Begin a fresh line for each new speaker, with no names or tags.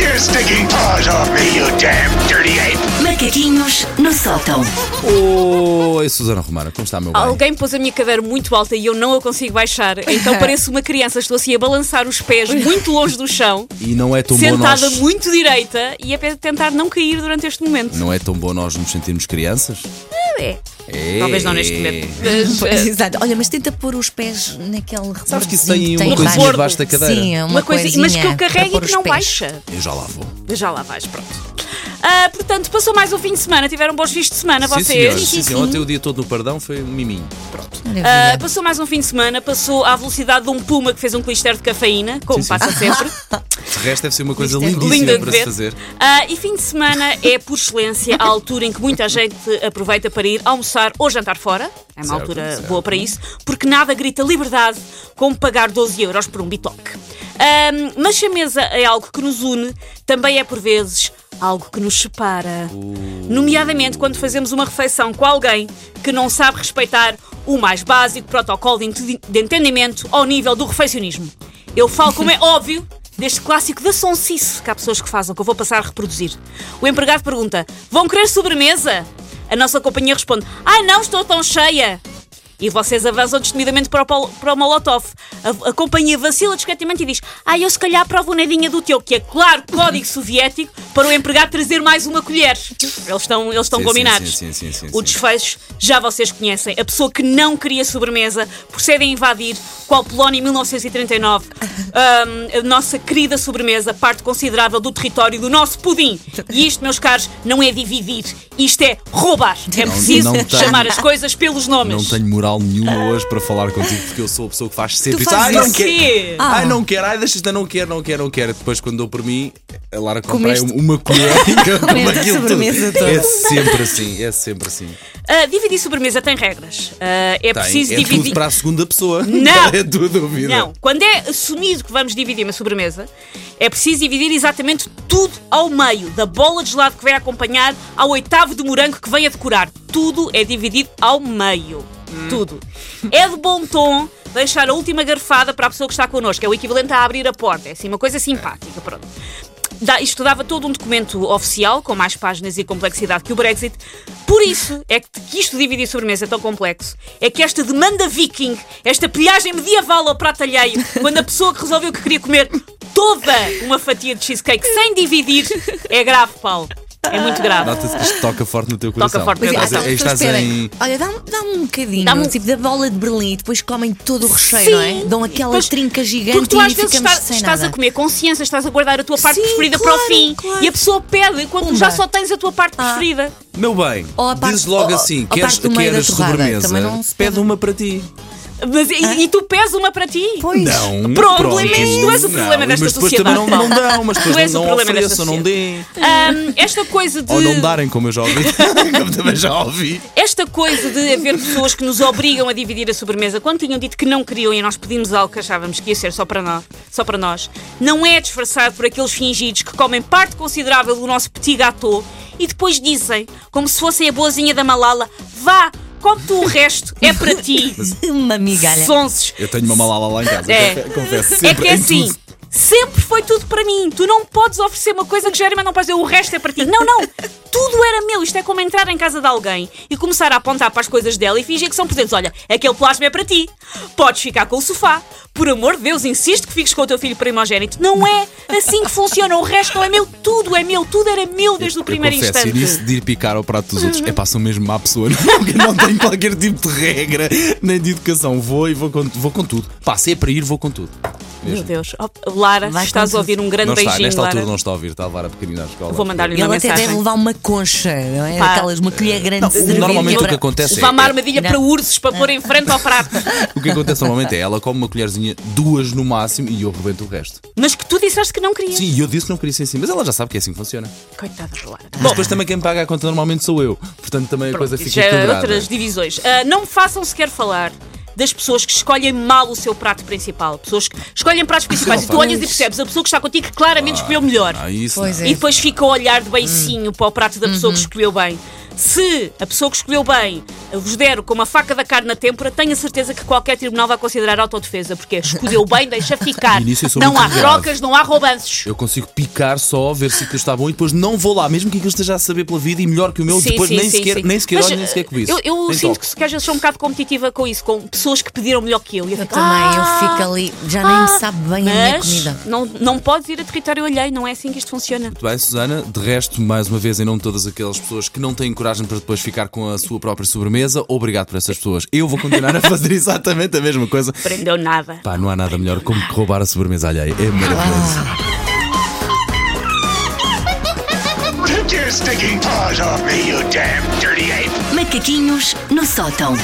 your stinking paws off me, you damn dirty ape!
Macaquinhos no sótão.
Oi, Susana Romana, como está, meu bem?
Alguém pôs a minha cadeira muito alta e eu não a consigo baixar. Então pareço uma criança, estou assim a balançar os pés muito longe do chão,
E não é tão bom nós...
sentada muito direita e a pe- tentar não cair durante este momento.
Não é tão bom nós nos sentirmos crianças?
É.
É.
Talvez não neste momento. Mas,
Pois, É. exato. Olha, mas tenta pôr os pés naquele rebordozinho
Sabes que isso
tem
tem uma
embaixo.
coisinha debaixo da cadeira?
Sim, é uma,
uma coisa, mas que eu
coisinha para
carrego
pôr
e que
os
não
pés.
baixa.
Eu já lá vou.
Já lá vais, pronto. Ah, portanto, passou mais um fim de semana, tiveram bons fins de semana
Sim,
vocês.
senhores.
Sim, sim, sim.
Ontem o dia todo no Pardão foi um miminho. Pronto.
Ah,
Maravilha.
passou mais um fim de semana, passou à velocidade de um puma que fez um clister de cafeína, como
sim.
passa sempre.
De resto, deve ser uma coisa
Isto é
lindíssima
Linda de
para
ver.
se fazer.
Ah, e fim de semana é, por excelência, a altura em que muita gente aproveita para ir almoçar ou jantar fora. É uma
Certo,
altura
certo.
boa para isso, porque nada grita liberdade como pagar 12 euros por um bitoque. Ahm, mas se a mesa é algo que nos une, também é, por vezes, algo que nos separa. Nomeadamente quando fazemos uma refeição com alguém que não sabe respeitar o mais básico protocolo de ente- de entendimento ao nível do refeicionismo. Eu falo como é óbvio deste clássico da Sonsice que há pessoas que fazem, que eu vou passar a reproduzir. O empregado pergunta: Vão querer sobremesa? A nossa companhia responde: Ai não, estou tão cheia! E vocês avançam destemidamente para o, pol- para o Molotov. A, a companhia vacila discretamente e diz: Ah, eu se calhar provo nadinha do teu, que é claro código soviético para o empregado trazer mais uma colher. Eles estão, eles estão
Sim, sim,
combinados.
sim, sim, sim, sim,
o
sim.
desfecho já vocês conhecem. A pessoa que não queria sobremesa procede a invadir, qual Polónia em 1939. Ahm, a nossa querida sobremesa, parte considerável do território do nosso pudim. E isto, meus caros, não é dividir, isto é roubar. É
Não-
preciso
não tenho-
chamar as coisas pelos nomes.
Não tenho moral nenhuma hoje para falar contigo, porque eu sou a pessoa que faz sempre
Tu
isso.
fazes
ai, não
isso.
quero.
Ah.
Ai, não quero. Ai, deixa-te, não quero, não quero, não quero. Depois, quando dou por mim, a Lara comprei
Comeste-
uma colher e como
Comeste a
aquilo tudo.
sobremesa toda.
É sempre assim, é sempre assim.
Ah, dividir sobremesa tem regras. Ah, é
Tem,
preciso
é
dividir.
tudo para a segunda pessoa.
Não.
é tudo a vida.
Não, quando é assumido que vamos dividir uma sobremesa, é preciso dividir exatamente tudo ao meio, da bola de gelado que vem a acompanhar ao oitavo de morango que vem a decorar. Tudo é dividido ao meio.
Hum.
Tudo. É de bom tom deixar a última garfada para a pessoa que está connosco. É o equivalente a abrir a porta. É assim, uma coisa simpática, pronto. Dá- isto dava todo um documento oficial, com mais páginas e complexidade que o Brexit. Por isso é que, que isto dividir sobremesa é tão complexo. É que esta demanda viking, esta pilhagem medieval ao prato alheio, quando a pessoa que resolveu que queria comer toda uma fatia de cheesecake sem dividir, é grave, Paulo. É muito grave.
Nota-se que isto toca forte no teu coração.
forte.
Pois é,
Estás,
há
aí
pessoas
estás
que esperem.
em.
Olha, dá-me dá um bocadinho,
Dá-me um-
tipo da bola de Berlim, e depois comem todo o recheio,
Sim.
não é? Dão aquela
Pois,
trinca
Porque
gigante
tu às
e
vezes
ficamos
estás,
sem
estás
nada.
a comer consciência, estás a guardar a tua parte
Sim,
preferida para
claro,
o fim
claro.
e a pessoa pede quando tu
Uma.
já só tens a tua parte
Ah.
preferida.
Meu bem,
Ou a parte-
dizes logo
ou-
assim:
ou a
queres,
parte do meio da
queres
torrada,
sobremesa?
também não se pode-
Pede uma para ti.
Mas, e, e tu pés uma para ti.
Pois.
Não.
Pronto, Limite, tu és o
Não,
problema desta
mas depois
sociedade,
Também não, não
Paulo.
dão, mas
Tu
depois
és
não,
o
não
problema desta
ofereçam, não deem.
Ahm, esta coisa de.
Ou não darem, como eu já ouvi. como também já ouvi.
Esta coisa de haver pessoas que nos obrigam a dividir a sobremesa quando tinham dito que não queriam e nós pedimos algo que achávamos que ia ser só para nós, só para nós não é disfarçado por aqueles fingidos que comem parte considerável do nosso petit gâteau e depois dizem, como se fossem a boazinha da Malala, vá, come tu o resto, é para ti.
Uma migalha.
Sonses.
Eu tenho uma malala lá em casa,
É.
confesso.
É
Sempre,
que é
em
assim.
tudo.
Sempre foi tudo para mim. Tu não podes oferecer uma coisa que já era, mas não podes dizer o resto é para ti. Não, não. Tudo era meu. Isto é como entrar em casa de alguém e começar a apontar para as coisas dela e fingir que são presentes. Olha, aquele plasma é para ti. Podes ficar com o sofá. Por amor de Deus, insisto que fiques com o teu filho primogénito. Não é assim que funciona. O resto não é meu. Tudo é meu. Tudo era meu desde o primeiro
eu confesso,
instante.
e nisso de ir picar ao prato dos outros, é pá, sou mesmo má pessoa, não, não tenho qualquer tipo de regra, nem de educação. Vou e vou com, vou com tudo. Pá, se é para ir, vou com tudo.
Meu Deus. Oh, Lara,
Vai
se estás
com
a ouvir um grande
não está,
Um beijinho,
nesta
Lara.
altura não está a ouvir, está a levar a pequenina à escola.
Vou mandar-lhe
Ele
uma
até
mensagem.
deve levar uma concha, não é?
Pá.
Aquelas, uma colher grande de
Não,
cerveja.
normalmente o que
Para-
acontece
Levar uma
é.
armadilha
Não.
para ursos para pôr em frente ao prato.
O que acontece normalmente é ela come uma colherzinha, duas no máximo, e eu rebento o resto.
Mas que tu disseste que não querias.
Sim, e eu disse que não queria ser assim, mas ela já sabe que é assim que funciona.
Coitada da Lara.
Mas depois também quem paga a conta normalmente sou eu. Portanto, também a coisa
Isso
fica
já é
equilibrada.
outras divisões. Ah, não me façam sequer falar das pessoas que escolhem mal o seu prato principal. Pessoas que escolhem pratos principais e tu olhas e percebes a pessoa que está contigo que claramente escolheu melhor.
Ah, isso.
Pois
não. Hum.
é.
Uhum. E depois fica a olhar de beicinho para o prato da pessoa que escolheu bem. Se a pessoa que escolheu bem vos der com uma faca da carne na têmpora, tenho a certeza que qualquer tribunal vai considerar autodefesa, porque é escolheu bem, deixa ficar.
No início eu sou
não
muito
há
moderado.
trocas, não há roubanços.
Eu consigo picar só, ver se aquilo está bom e depois não vou lá, mesmo que aquilo esteja a saber pela vida e melhor que o meu,
Sim,
depois
sim,
nem,
sim,
sequer,
sim.
nem sequer
Mas,
olho, nem sequer cobiço. Então,
Eu, eu
Nem
sinto
toco.
que, que às vezes sou um bocado competitiva com isso, com pessoas que pediram melhor que eu. E eu,
Eu
fico,
também, eu
"Ah,
fico ali, já nem
ah",
me sabe bem a minha
mas
comida.
Não, não podes ir a território alheio, não é assim que isto funciona.
Muito bem, Susana. De resto, mais uma vez, em nome de todas aquelas pessoas que não têm coragem para depois ficar com a sua própria sobremesa, obrigado por essas pessoas. Eu vou continuar a fazer exatamente a mesma coisa.
Aprendeu nada.
Pá, não há nada melhor como que roubar a sobremesa alheia. É maravilhoso.
Take your stinking paws off me, you damn dirty ape!
Macaquinhos no sótão.